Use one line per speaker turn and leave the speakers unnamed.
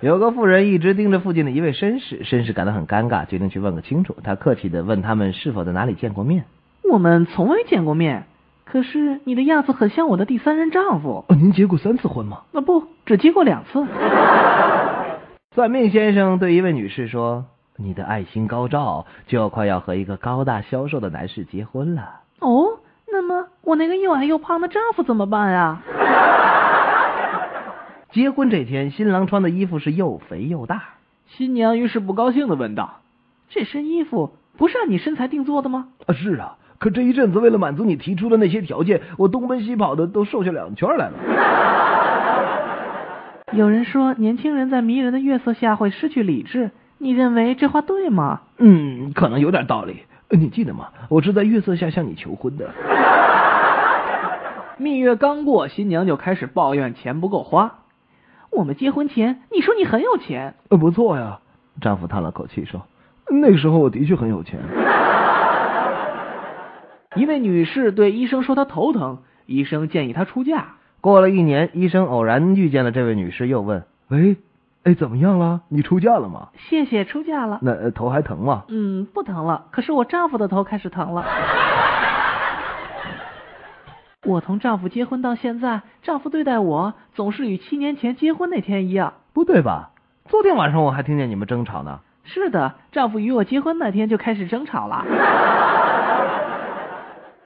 有个妇人一直盯着附近的一位绅士，绅士感到很尴尬，决定去问个清楚。他客气的问他们是否在哪里见过面。
我们从未见过面，可是你的样子很像我的第三任丈夫。
哦，您结过三次婚吗？
那不，只结过两次。
算命先生对一位女士说：“你的爱心高照，就快要和一个高大消瘦的男士结婚了。
哦，那么我那个又矮又胖的丈夫怎么办呀、啊？”
结婚这天，新郎穿的衣服是又肥又大。
新娘于是不高兴的问道：“
这身衣服不是按你身材定做的吗？”“
啊，是啊。可这一阵子，为了满足你提出的那些条件，我东奔西跑的，都瘦下两圈来
了。”有人说，年轻人在迷人的月色下会失去理智。你认为这话对吗？
嗯，可能有点道理。呃你记得吗？我是在月色下向你求婚的。
蜜月刚过，新娘就开始抱怨钱不够花。
我们结婚前，你说你很有钱，
呃，不错呀。
丈夫叹了口气说：“
那时候我的确很有钱。”
一位女士对医生说她头疼，医生建议她出嫁。
过了一年，医生偶然遇见了这位女士，又问：“
喂，哎，怎么样了？你出嫁了吗？”“呃
谢谢，出嫁了。
那”“那头还疼吗？”“
嗯，不疼了。可是我丈夫的头开始疼了。”我同丈夫结婚到现在，丈夫对待我总是与七年前结婚那天一样。
不对吧？昨天晚上我还听见你们争吵呢。
是的，丈夫与我结婚那天就开始争吵了。